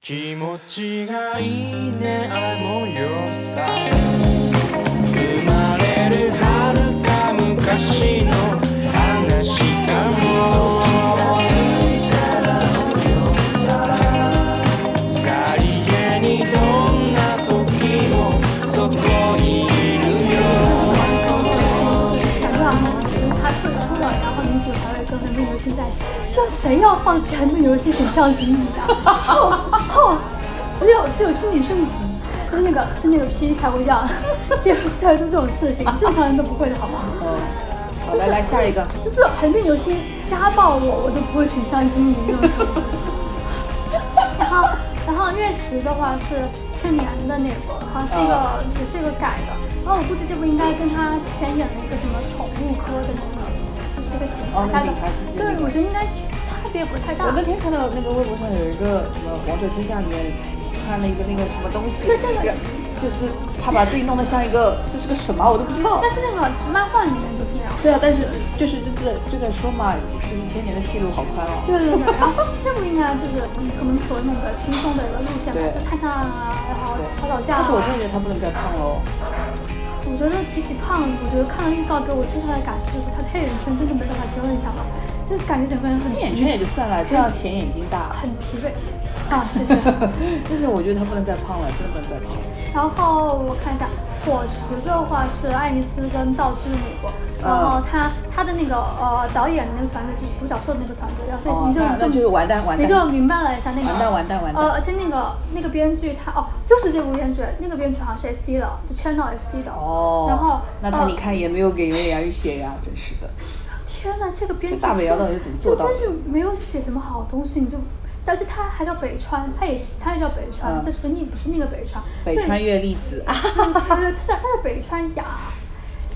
気持ちがいいねあの夜さ生まれる遥か昔の話かもさりげにどんな時もそこにいるよ感觉好像只是他退出了，然后女主才会跟韩冰流星在一起。就谁要放弃韩冰流星选项之一啊？后只有只有心理顺服，就是那个是那个 P 才会这样，才才会做这种事情，正常人都不会的好吗？哦，好，来来下一个，就是韩冰流星家暴我，我都不会选项之一那种 程度。然后，然后月食的话是千年的那个，好像是一个、啊也是一个改的。然后我估计这部应该跟他之前演的一个什么宠物科的那个，就是一个警察，哦那个大概警察西西对，那个我觉得应该差别不是太大我。哦那天看到那个微博上有一个什么《王者天下》里面穿了一个那个什么东西，对对对然就是他把自己弄得像一个这是个什么我都不知道但。是那个漫画里面就是那样。对啊，但是就是就在就在说嘛，就是千年的戏路好宽哦。对啊对对，然后这部应该就是嗯，可能走那种比较轻松的一个路线吧，对就探探啊，然后对吵吵架、啊。但是我真的觉得他不能再胖了哦。我觉得比起胖，我觉得看了预告给我最大的感受就是他的黑眼圈真的没办法接受一下了，就是感觉整个人很黑眼圈疲也就算了，这样显眼睛大。 很疲惫。啊，谢谢。但是我觉得他不能再胖了，真的不能再胖了。然后我看一下火石的话是爱丽丝跟道具的那个，然后嗯他他的那个呃导演的那个团队就是独角兽的那个团队，然后所以哦，你就那那你就是就完蛋完你蛋。就明白了一下那个完蛋完蛋完蛋呃，而且那个那个编剧他哦，就是这部编剧，那个编剧好像是 SD 的，就签到 SD 的。哦，然后那他呃你看也没有给袁娅以血压，真是的。天哪，这个编剧这大北洋到底是怎么做到的这个编剧没有写什么好东西，你就，而且他还叫北川，他也他也叫北川嗯，但是不是你不是那个北川，北川月粒子啊，对，对对，他是他叫北川雅。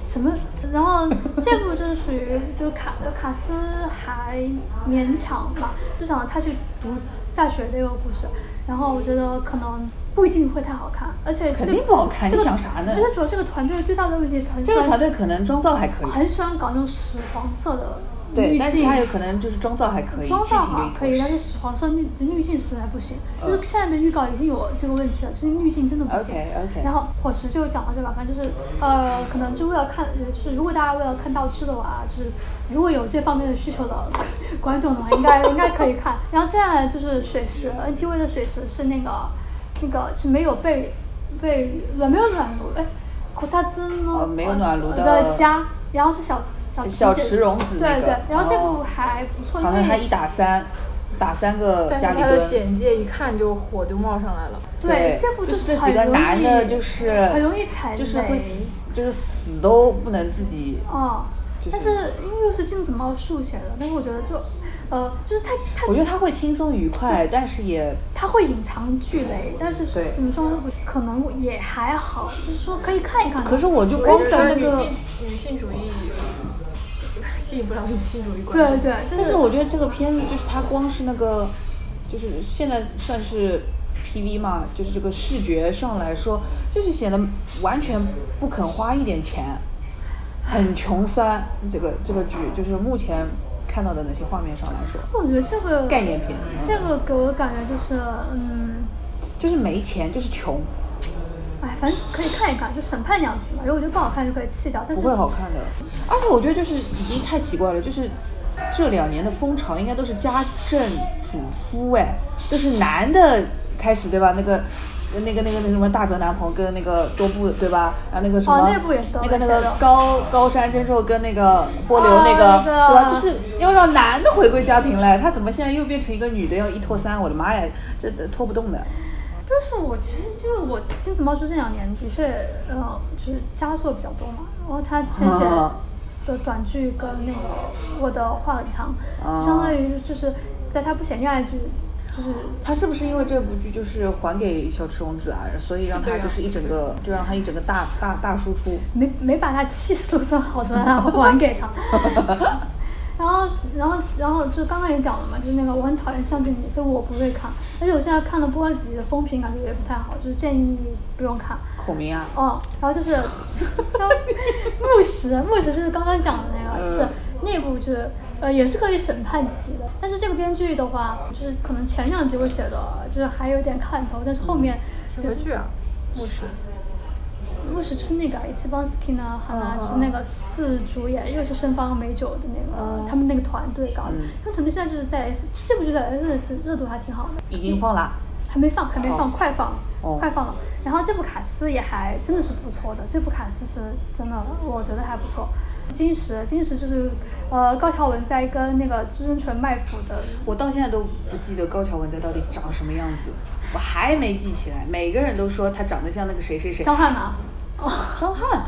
什么？然后这部就是属于就是卡卡斯还勉强吧，至少他去读大学的一个故事。然后我觉得可能不一定会太好看，而且这肯定不好看这个你想啥呢而且主要这个团队最大的问题是很喜这欢个团队可能妆造还可以，很喜欢搞那种屎黄色的对，滤但是镜，他有可能就是妆造还可以，妆造好剧情可就一以，坨但是屎屎黄色滤滤镜实在不行。嗯就是现在的预告已经有这个问题了，就是滤镜真的不行。 OK，OK 然后伙食就讲到这吧，反正就是呃，可能就为了看，就是如果大家为了看倒吃的话，就是如果有这方面的需求的观众的话，应该应该可以看。然后接下来就是水石，NTV 的水石是那个那个是没有被被软没有软炉哎，口大兹呢哦没有暖炉的的家，然后是小小小池荣子那对个对，然后这哦部还不错，好像因他为一打三，打三个但是加里他的蹲。简介一看就火就冒上来了。对，这部就就是这几个很容男的，易就是很容易踩雷，就是会死，就是死都不能自己。哦。就是但是因为又是镜子猫树写的，但是我觉得就，呃，就是他他我觉得他会轻松愉快，但是也他会隐藏巨雷，但是对怎么说呢，可能也还好，就是说可以看一看。可是我就我光觉看得那女个性，女性主义吸吸引不了女性主义观对众。对，但是我觉得这个片子就是它光是那个，就是现在算是 PV 嘛，就是这个视觉上来说，就是显得完全不肯花一点钱，很穷酸。这个这个剧就是目前看到的那些画面上来说，我觉得这个概念片这个给我的感觉就是，嗯，就是没钱，就是穷，哎，反正可以看一看，就审判两集嘛。如果觉得不好看就可以弃掉，但不是会好看的。而且我觉得就是已经太奇怪了，就是这两年的风潮应该都是家政主夫，哎，都是男的开始对吧？那个。那个、那个、那个什么大泽男朋跟那个多布对吧？然后那个什么，哦那部也是多布那个那写个的高高山真宙跟那个波流那个、哦那个对吧？就是要让男的回归家庭了，他怎么现在又变成一个女的要一拖三？我的妈呀，这拖不动的。但是我其实就是我金子猫叔这两年的确，呃，就是佳作比较多嘛。然后他之前写啊的短剧跟那个我的话很长，啊就相当于就是在他不写恋爱剧，就是他是不是因为这部剧就是还给小池荣子啊，所以让他就是一整个，就让他一整个大大大输出？没没把他气死算好的，然后还给 他。然后，然后，然后就刚刚也讲了嘛，就是那个我很讨厌向经理，所以我不会看。而且我现在看了播完几集的风评，感觉也不太好，就是建议不用看。孔明啊，哦，然后 就是牧石，牧石是刚刚讲的那个，嗯就是内部就是呃，也是可以审判级的。但是这个编剧的话，就是可能前两集我写的就是还有点看头，但是后面什就么是剧啊？牧师。为什就是那个一七帮 skin 啊，哈娜嗯嗯就是那个四主演，又是盛放美酒的那个嗯他们那个团队搞的。他们团队现在就是在 S，这部剧在 S 热度还挺好的，已经放啦。还没放，还没放，快放，哦快放了。然后这部卡斯也还真的是不错的，这部卡斯是真的，我觉得还不错。金石，金石就是呃高桥文哉跟那个知润纯麦辅的，我到现在都不记得高桥文哉到底长什么样子，我还没记起来。每个人都说他长得像那个谁谁谁，张翰嘛， 哦，张翰。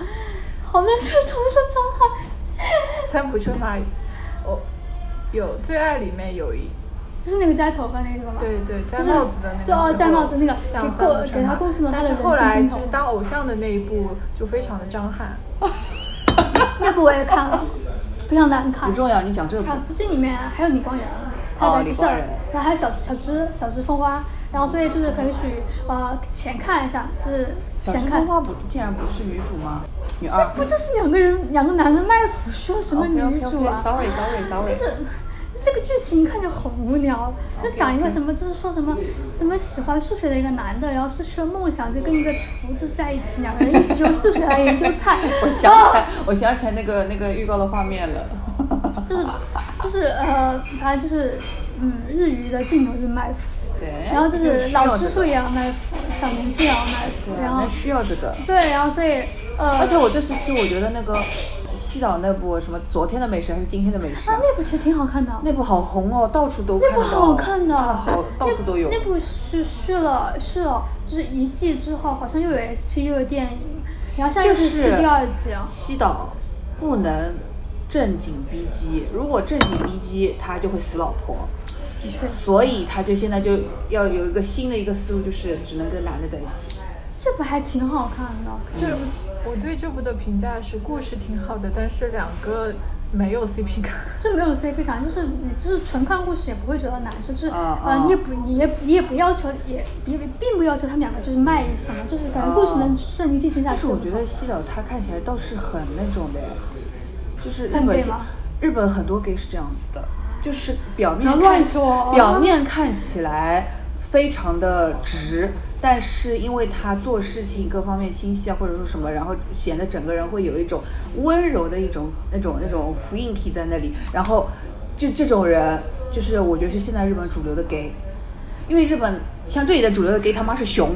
好像是长得像张翰。三浦春马，哦，有《最爱》里面有一，就是那个摘头发那个吧？对对，就摘是帽子的那个。就哦，摘帽子那个，像给三浦过春给他马贡献了他但的是人后生来镜就头是。当偶像的那一部就非常的张翰，那部我也看了，非常难看。不重要，你讲这个。看这里面还有李光远，啊还有白石李胜光远，然后还有小小芝小芝风花，然后所以就是可以属于呃浅看一下，就是小浅池看风。花不竟然不是女主吗？女这二。不就是两个人两个男的卖腐，说什么女主啊？ ？Sorry Sorry 就哦 Sorry。是这个剧情看着很无聊。就讲一个什么，就是说什么什么喜欢数学的一个男的，然后失去了梦想，就跟一个厨子在一起，两个人一起用数学来研究菜。 我想起来，我想起来那个那个预告的画面了。就是就是呃，反正就是嗯，日语的镜头就是卖腐， 对。然后就是需要老哎这师个傅也要卖腐，小年轻也要卖腐对，然啊，后那需要这个。对，然后所以呃，而且我这次去，我觉得那个西岛那部什么昨天的美食还是今天的美食啊，那部其实挺好看的。那部好红哦，到处都看那得部到。好看的，看得好到处都有。那那部是续了续了，就是一季之后好像又有 SP 又有电影，然后现在又就是是出第二季啊。西岛不能正经逼击，如果正经逼击，他就会死老婆。的确，所以他就现在就要有一个新的一个思路，就是只能跟男的在一起。这部还挺好看的。这部我对这部的评价是故事挺好的，但是两个没有 CP 感。就没有 CP 感，就是你就是纯看故事也不会觉得难受，就是、啊呃啊你也不你也你也不要求也也并不要求他们两个就是卖什么，就是感觉故事能顺利进行下啊但去是就我不觉错。得西岛他看起来倒是很那种的，就是日犯本罪吗日本很多 gay 是这样子的，就是表面不要看乱说表面看起来非常的直，但是因为他做事情各方面心细啊，或者说什么，然后显得整个人会有一种温柔的一种那种那种复印体在那里，然后就这种人，就是我觉得是现在日本主流的 gay，因为日本像这里的主流的 gay 他妈是熊。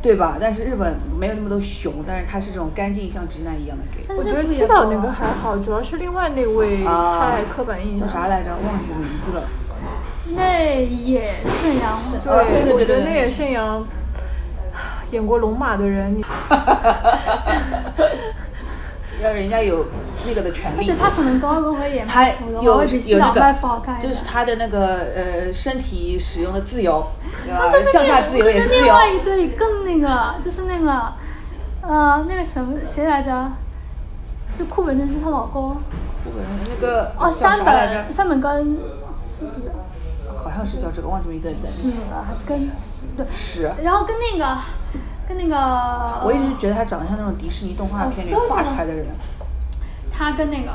对吧？但是日本没有那么多熊，但是他是这种干净像直男一样的 gay。但我是觉这得部西也岛不那个好还好，主要是另外那位啊太刻板印叫象。啥来着？忘记名字了。 内野圣阳是对，啊对对对我觉对得对那也是阳演过龙马的人，你要人家有那个的权而利。且他可能高跟会也他卖腐的话，有会比西有岛那卖腐好个看，一就点。是他的那个呃身体使用的自由，对吧但是那？啊向个下自由也是那自另由。外一对更那个，就是那个，呃，那个什么谁来着？就库本真是她老公嗯那个哦，叫啥山来着？本山本跟是什么？好像是叫这个，忘记名字了。是吧还是跟是对，是，然后跟那个跟那个，我一直觉得他长得像那种迪士尼动画哦片里画出来的人。他跟那个，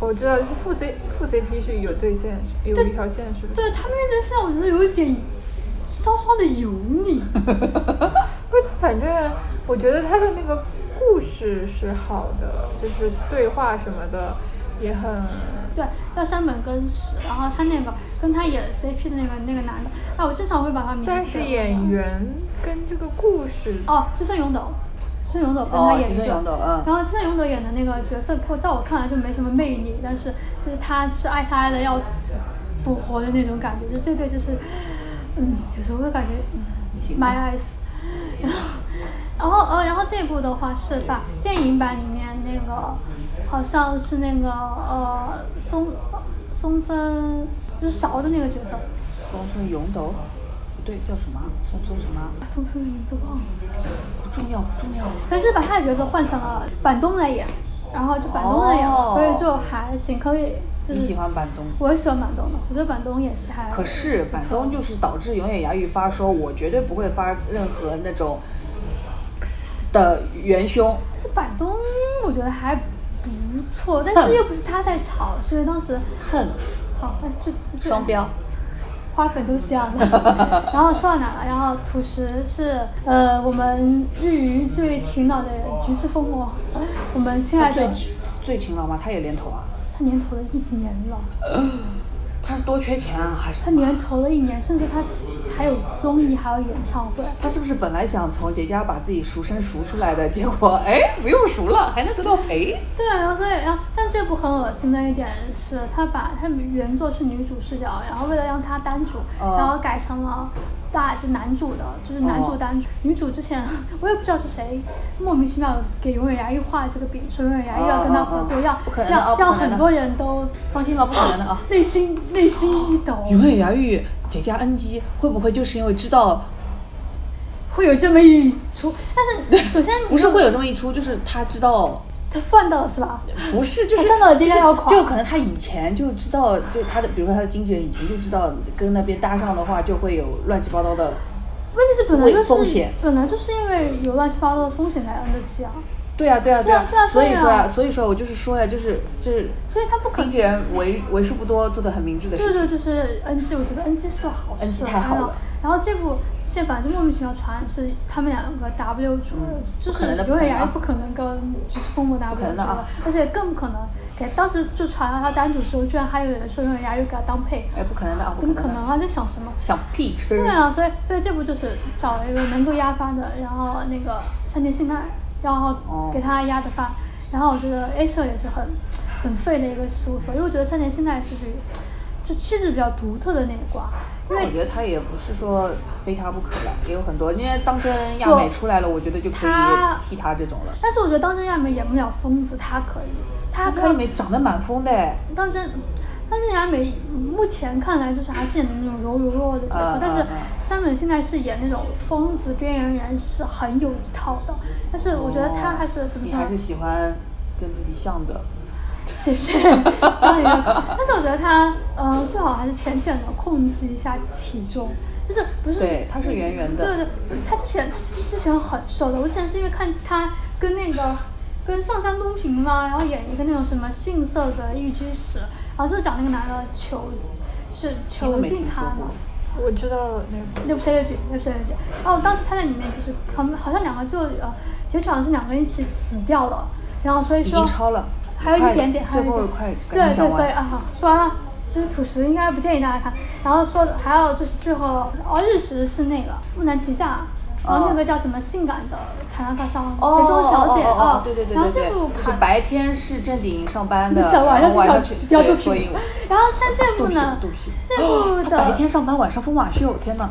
我知道是副 C 副 CP 是有对线，有一条线是不是？对他们那段现在我觉得有一点稍稍的油 腻，不是，反正我觉得他的那个故事是好的，就是对话什么的也很。对，要山本跟史，然后他那个跟他演 CP 的那个那个男的，哎，我经常会把他名字给忘但了，是演员跟这个故事，哦，志村勇斗，志村勇斗跟哦他演志一村对，勇斗嗯然后志村勇斗演的那个角色，在我看来就没什么魅力，但是就是他就是爱他爱的要死不活的那种感觉，就这对就是，嗯，有时候会感觉、嗯行、 ，my eyes，然后呃，然后这一部的话是把电影版里面那个好像是那个呃松松村就是勺的那个角色，松村勇斗，不对，叫什么？松村什么？松村名字忘了。不重要，不重要。但是把他的角色换成了板东来演，然后就板东来演了，哦所以就还行，可以就是。你喜欢板东我也喜欢板东的，我觉得板东演戏还。可是板东就是导致永远牙语发说，我绝对不会发任何那种的元凶。是板东，我觉得还不 错，但是又不是他在吵，是因为当时恨好，哎，就就双标，花粉都是这样的。 然后说到哪了？然后土石是呃我们日语最勤劳的人，菊池风磨，我们亲他爱的最，最勤劳吗？他也连投啊？他年头了一年了。他是多缺钱啊，还是他年投了一年，甚至他还有综艺，还有演唱会。他是不是本来想从结痂把自己赎身赎出来的，结果哎不用赎了，还能得到赔？对啊，然后所以，然后但这部很恶心的一点是，他把他原作是女主视角，然后为了让她单主，哦然后改成了大就男主的，就是男主哦单主。女主之前我也不知道是谁，莫名其妙给永远牙医画这个饼，说永远牙医要跟他合作，哦哦哦要不可能的要哦让不可能的很多人都放心吧，不可能的 啊！内心内心一抖，永远牙玉结痂 NG 会不会就是因为知道会有这么一出。但是首先不是会有这么一出，就是他知道他算到了是吧？不是就是他算到了结痂要垮就是就可能他以前就知道，就他的比如说他的经纪人以前就知道跟那边搭上的话就会有乱七八糟的。问题是本来就为风是险本来就是因为有乱七八糟的风险才让他这样，对啊，对啊，对啊啊，对啊所以说对啊所以说我就是说呀，就是就是所以他不可经纪人为为数不多做的很明智的对事情。对，就是 NG，我觉得 NG 是好事。 NG 太好了然后。然后这部这版就莫名其妙传是他们两个 W 主，就不是可能的永远不可能牙啊不可能跟就是风魔 W 不可能主的啊而且更不可能给当时就传了他单主之后，居然还有人说永远牙又给他当配，哎，不可能的啊，不怎么可可能能的，啊？在想什么？想屁吃。对啊，所以所以这部就是找了一个能够压发的，然后那个山田杏奈，然后哦给他压的发，然后我觉得 A 社也是很很废的一个师傅，因为我觉得山田杏奈是属于就气质比较独特的那一挂，因因为我为觉得他也不是说非他不可了，也有很多，因为当真亚不美出来了，我觉得就可以他替他这种了。但是我觉得当真亚美演不了疯子，她可以，她可亚以美长得蛮疯的哎，当真。当真亚美目前看来就是还是演的那种柔柔弱弱的角色，嗯但是嗯嗯山本现在是演那种疯子边缘人是很有一套的，但是我觉得她还是、哦怎么你说还呢是？喜欢跟自己像的。谢谢，当你的口但是我觉得他，呃，最好还是浅浅的控制一下体重，就是不是对他是圆圆的对对，他之前他之之前很瘦的，我之前是因为看他跟那个跟上山公平嘛，然后演一个那种什么杏色的一居室，然后就讲那个男的囚是囚没禁听他说嘛过。我知道那个那部声乐剧，那部声乐剧。然后当时他在里面就是他们好像两个就呃，结局好像是两个人一起死掉了，然后所以已说经超了还有一点点，还有快一点最后快赶对紧对，讲完所以啊，好说完了。就是土石应该不建议大家看，然后说的还有就是最后哦，日食是那个木南晴夏，然后那个叫什么性感的卡拉卡桑，哦节中小姐哦哦啊哦，，对对对然后对这对，部就是卡白天是正经上班的，那小晚上然后晚上就去是要对要做做屁英股文。然后但这肚部皮呢肚皮，这部他白的天上班，晚上疯马秀，天哪！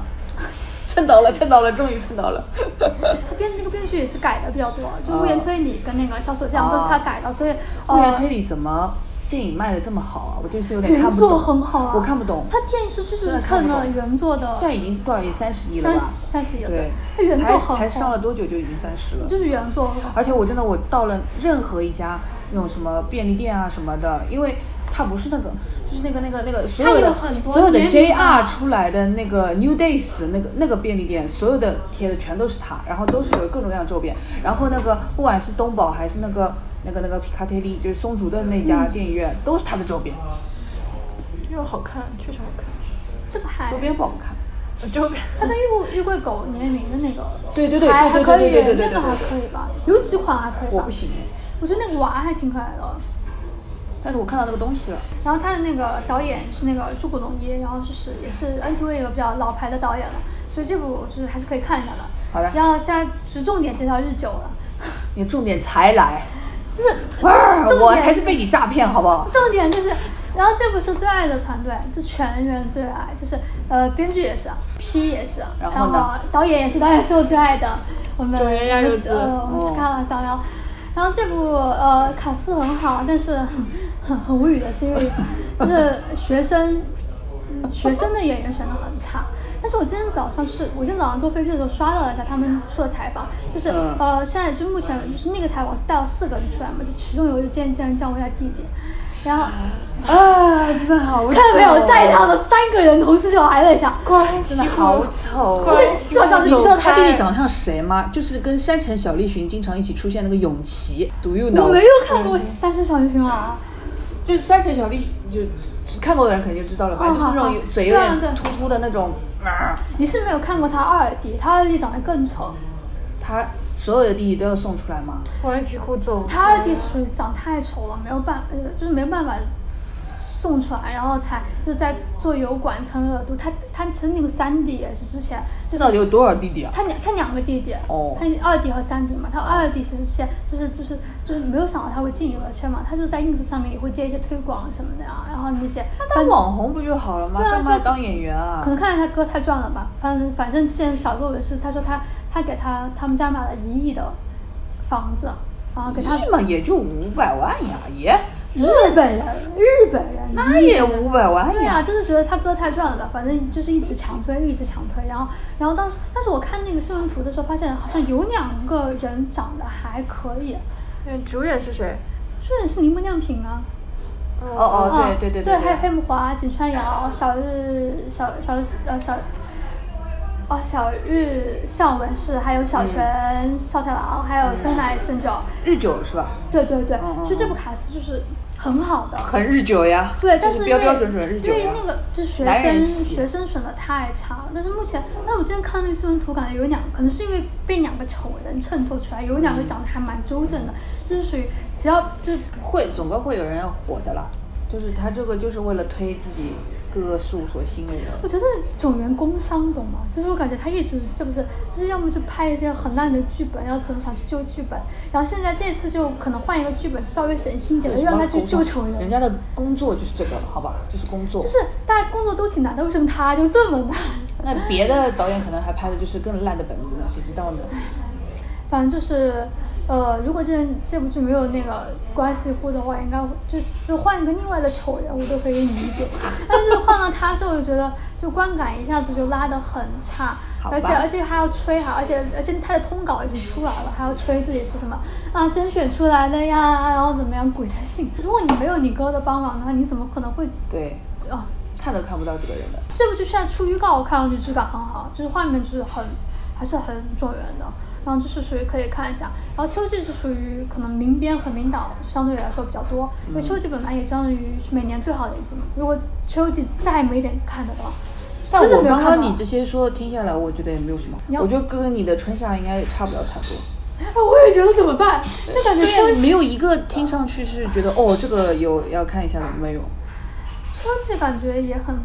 蹭到了，蹭到了，终于蹭 到了。他编那个编剧也是改的比较多，就哦《无言推理》跟那个《小手匠》都是他改的，所以物呃业推理怎么电影卖的这么好啊？我就是有点看原不懂。作很好啊，我看不懂。他电视剧就真是的看蹭不懂了原作的现在已经多少亿？三十亿了三吧？三十一了，对，他原作才很才上红了多久就已经三十了？就是原作很好。而且我真的我到了任何一家那种什么便利店啊什么的，因为它不是那个，就是那个那个那个所有它有的很多所有的年龄啊 JR 出来的那个 New Days 那个那个便利店，所有的贴的全都是它，然后都是有各种各样的周边，然后那个不管是东宝还是那个那个那个皮卡特利，就是松竹的那家电影院，都是它的周边，又好看，确实好看。这个还周边不好看。周边它跟玉玉桂狗联名的那个，对对对还还对对可以对对对，对那个对还可以吧，有几款还可以吧。我不行，我觉得那个娃还挺可爱的。但是我看到那个东西了，然后他的那个导演是那个朱古龙一，然后就是也是 NTV 一个比较老牌的导演了，所以这部就是还是可以看一下的。好的然后现在只重点介绍日久了，你重点才来，就是哇儿重点我才是被你诈骗，好不好？重点就是，然后这部是最爱的团队，就全员最爱，就是呃，编剧也是，P 也是，啊然后呢导演也是，导演是我最爱的，我们我对亚们优子哦呃我们斯卡拉桑，然后然后这部呃卡斯很好，但是很 很很无语的是因为 就是学生。嗯学生的演员选的很差，但是我今天早上是，我今天早上坐飞机的时候刷到了一下他们做的采访，就是、嗯呃，现在就目前就是那个采访是带了四个人出来嘛，就其中有一个健健将我家弟弟，然后啊，真的好丑，看到没有，在场的三个人同时就挨了一下，关系真的好丑。关系最好笑的哎你是知道他弟弟长得像谁吗？就是跟山城小栗旬经常一起出现那个永琪，Do you know？我没有看过《三生小提琴》了，就是山城小栗就看过的人肯定就知道了吧，哦就是那好种好有嘴有对啊点对突突的那种。啊你是没有看过他二弟，他二弟长得更丑，他所有的弟弟都要送出来吗？关系户走，他二弟属于长太丑了，没有办，呃，就是没办法送出来，然后才就是在做油管蹭热度。他他其实那个三弟也是之前就这是到底有多少弟弟啊？他两他两个弟弟，哦他二弟和三弟嘛，他二弟其实现就是就是就是没有想到他会进娱乐圈嘛，他就在 ins 上面也会接一些推广什么的啊，然后那些他反当网红不就好了吗？对啊干所嘛以要当演员啊可？能看见他哥太赚了吧，反正反正之前小鹿也是，他说他他给他他们家买了一亿的房子，然后给他一嘛也就五百万呀，也日本人日本人那一亿也五百万对啊，呀。就是觉得他哥太赚了吧，反正就是一直强推，一直强推。然后，然后当时，但是我看那个新闻图的时候，发现好像有两个人长得还可以，嗯，主演是谁？主演是铃木亮平啊，哦哦哦啊对对，对对对还有啊黑木华、井川遥、小日小小呃小哦小日向文世，还有小泉孝太郎，还有生乃胜久，日久是吧？对对对嗯嗯，其实这部卡司就是很好的，很日久呀。对，就但是是因标为标准准日久因为呀。那个就是学男人生戏学生选的太差了。但是目前，那我之前看那个新闻图，感觉有两，可能是因为被两个丑人衬托出来，有嗯两个长得还蛮周正的，就是属于只要就是会总归会有人要火的啦，就是他这个就是为了推自己各个事务所新的人。我觉得种源工伤，懂吗？就是我感觉他一直这不是，就是要么就拍一些很烂的剧本，要怎么想去救剧本，然后现在这次就可能换一个剧本稍微神性一点的，让他去救丑人。人家的工作就是这个，好吧，就是工作。就是大家工作都挺难的，为什么他就这么难？那别的导演可能还拍的就是更烂的本子呢，谁知道呢？反正就是，呃，如果这这部剧没有那个关系户的话，应该就是就换一个另外的丑人，我都可以理 解。但是换了他之后，就觉得就观感一下子就拉得很差好，吧而且而且还要吹哈，而且而且他的通稿已经出来了，还要吹自己是什么啊甄选出来的呀，然后怎么样鬼才信。如果你没有你哥的帮忙的话，你怎么可能会对，啊？看都看不到这个人的。这部剧现在出预告，我看上去质感很好，就是画面就是很还是很准人的，然后就是属于可以看一下。然后秋季是属于可能民编和民导相对来说比较多，因为秋季本来也相当于是每年最好的一季嘛。如果秋季再没点看的话，但真的我没有刚看刚到你这些说的听下来，我觉得也没有什么你，要我觉得跟你的春夏应该也差不了太多。哎，我也觉得怎么办？就感觉秋对呀，啊没有一个听上去是觉得哦，这个有要看一下的没有，秋季感觉也很，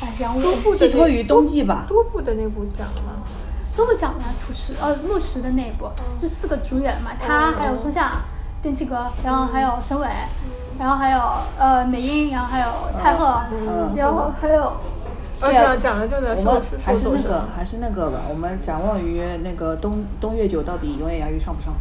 哎，阳多痿。部的寄托那于冬季吧。呃多部的那部讲了吗？都会讲了土石呃木石的那一部，就四个主演嘛，他还有松下电气哥，然后还有沈伟，然后还有呃美英，然后还有太赫，嗯然后还有我对啊想讲的就能我说们是还是说那走个神，还是那个吧。我们展望于那个东东月九到底永远牙鱼上不上？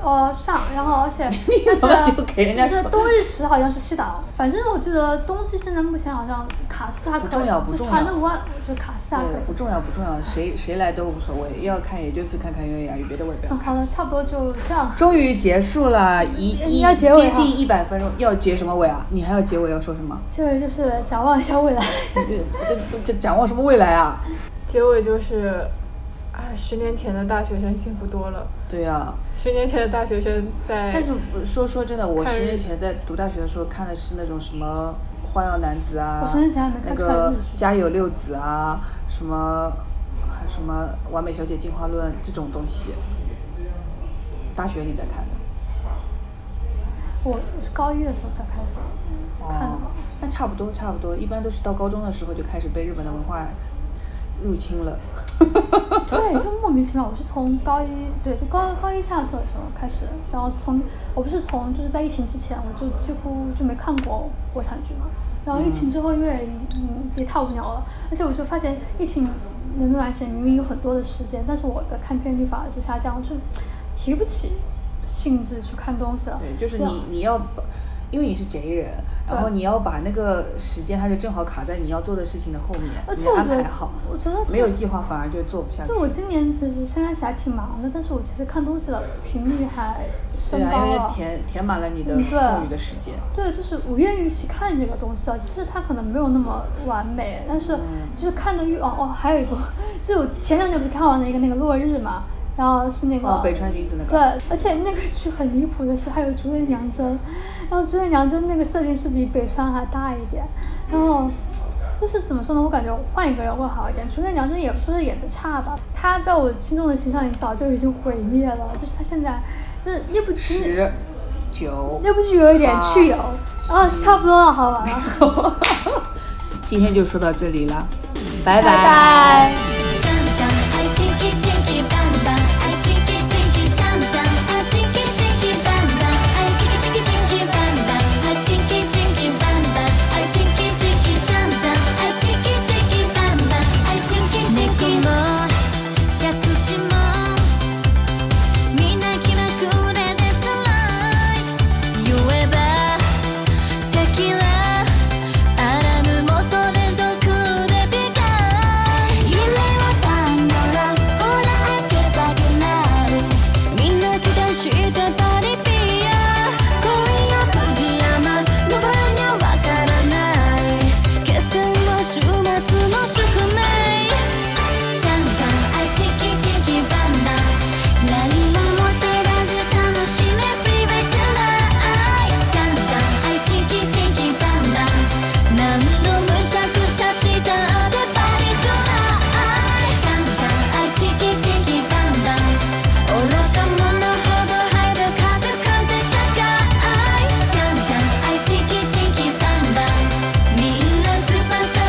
呃上，然后而且 你怎么就给人家而且说就是啊冬日石好像是西岛，反正我记得冬季现在目前好像卡斯还可以，不重要不就重要传的五万就卡斯还可对，不以。重要不重要，谁谁来都无所谓，要看也就是看看永远牙鱼，别的我也不要嗯，好看。了，差不多就这样了。终于结束了，一一你要结尾接吗近一百分钟，要结什么尾啊？你还要结尾要说什 么？这就是展望一下未来。 你这这这展望什么未来啊？结尾就是，啊，十年前的大学生幸福多了。对呀、啊，十年前的大学生在，但是说说真的，我看十日年前在读大学的时候看的是那种什么《花样男子》啊，我十年前还没那看个看日《剧家有六子》啊，什么还什么《完美小姐进化论》这种东西，大学里在看的。我是高一的时候才开始看的吧。哦那差不多差不多，一般都是到高中的时候就开始被日本的文化入 侵了。对，就莫名其妙，我是从高一，对，就高高一下册的时候开始，然后从我不是从就是在疫情之前，我就几乎就没看过国产剧嘛。然后疫情之后，因为嗯也太无聊了，而且我就发现疫情那段时间明明有很多的时间，但是我的看片率反而是下降，我就提不起兴致去看东西了。啊对，就是然后你你要把，因为你是 J 人，然后你要把那个时间，它就正好卡在你要做的事情的后面，而且你我觉安得排好，，我觉得没有计划反而就做不下去就。我今年其实先开始还挺忙的，但是我其实看东西的频率还升对高啊，因为了。填填满了你的嗯对空余的时间。对，就是我愿意去看这个东西啊，只是它可能没有那么完美，但是嗯就是看的欲望。哦，还有一部， 就是我前两天不是看完了一个那个《落日》嘛，然后是那个、哦，北川景子那个。对，而且那个剧很离谱的是，还有竹内良真，然后竹内良真那个设定是比北川还大一点，然后就是怎么说呢？我感觉换一个人会好一点。竹内良真也不是演的差吧，他在我心中的形象也早就已经毁灭了，就是他现在就是那部剧，十九，那部剧有一点八去油，啊，差不多了，好吧，今天就说到这里啦，拜拜拜。ちゃんちゃんあいちんきちんきバンバンあいちんきちんきちゃんちゃんあいちんきちんきバンバンあいちんきちんきちんきバンバンあいちんきちんきバンバンあいちんきちんきちゃんちゃんあいちんきちんきバンバンあいちんきちんきもしゃくしもみんな気まぐれでつらい言えば敵らアラームもそれぞくでピカ夢はパンドラほら開けたくなるみんな期待してパリピア今夜富士山登らにゃわからない決戦は週末の宿命ちゃんちゃんあいちきちきバンバン何ももたらず楽しめプリベツな愛ちゃんちゃんあいちきちきバンバン何度むしゃくしゃしたアデパリと愛ちゃんちゃんあいちきちきバンバン愚か者ほど入る数完全社会ちゃんちゃんあいちきちきバンバンみんなスーパースタ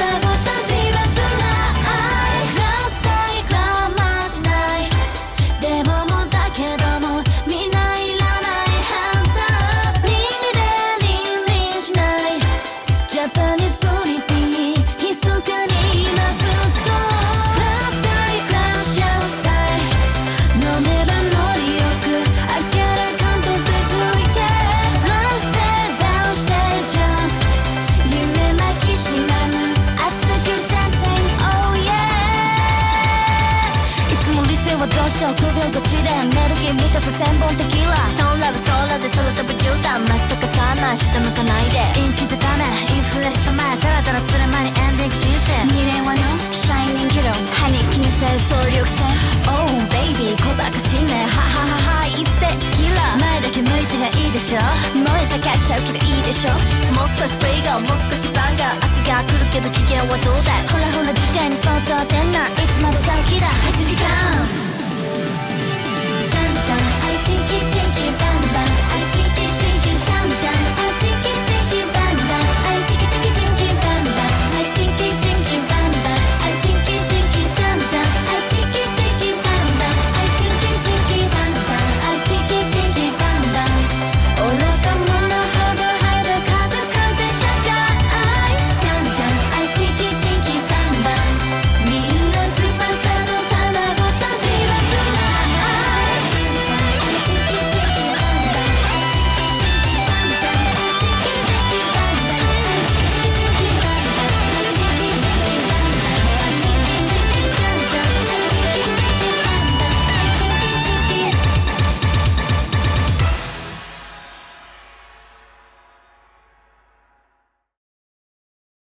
ーの卵さディバつらいラッサイラマしないでももだけどもみんないらないハンザーリンリンリンリンしないジャパニーズポリピに密かに今ずっとラッサイクラッシャーしたい飲めばノリよく明らかんとせず Yeah ランステダウンしてジャンプ夢まきしまぬ熱く dancing oh yeah いつも理性はどうして臆病がちでエネルギー満たす千本的ラソーラブソーラで空飛ぶ絨毯まっすぐさま下向かないで陰気づかめインフレスト前ダラダラする前にエンディング人生未練はのシャイニングキロ歯に気にせず総力戦 Oh baby 小賢しめはははは一世キラー前だけ向いてりゃいいでしょ燃え盛っちゃうけどいいでしょもう少しプレイがもう少しバンガー明日が来るけど機嫌はどうだいほらほら次回にスポット当てんないつまで短期だ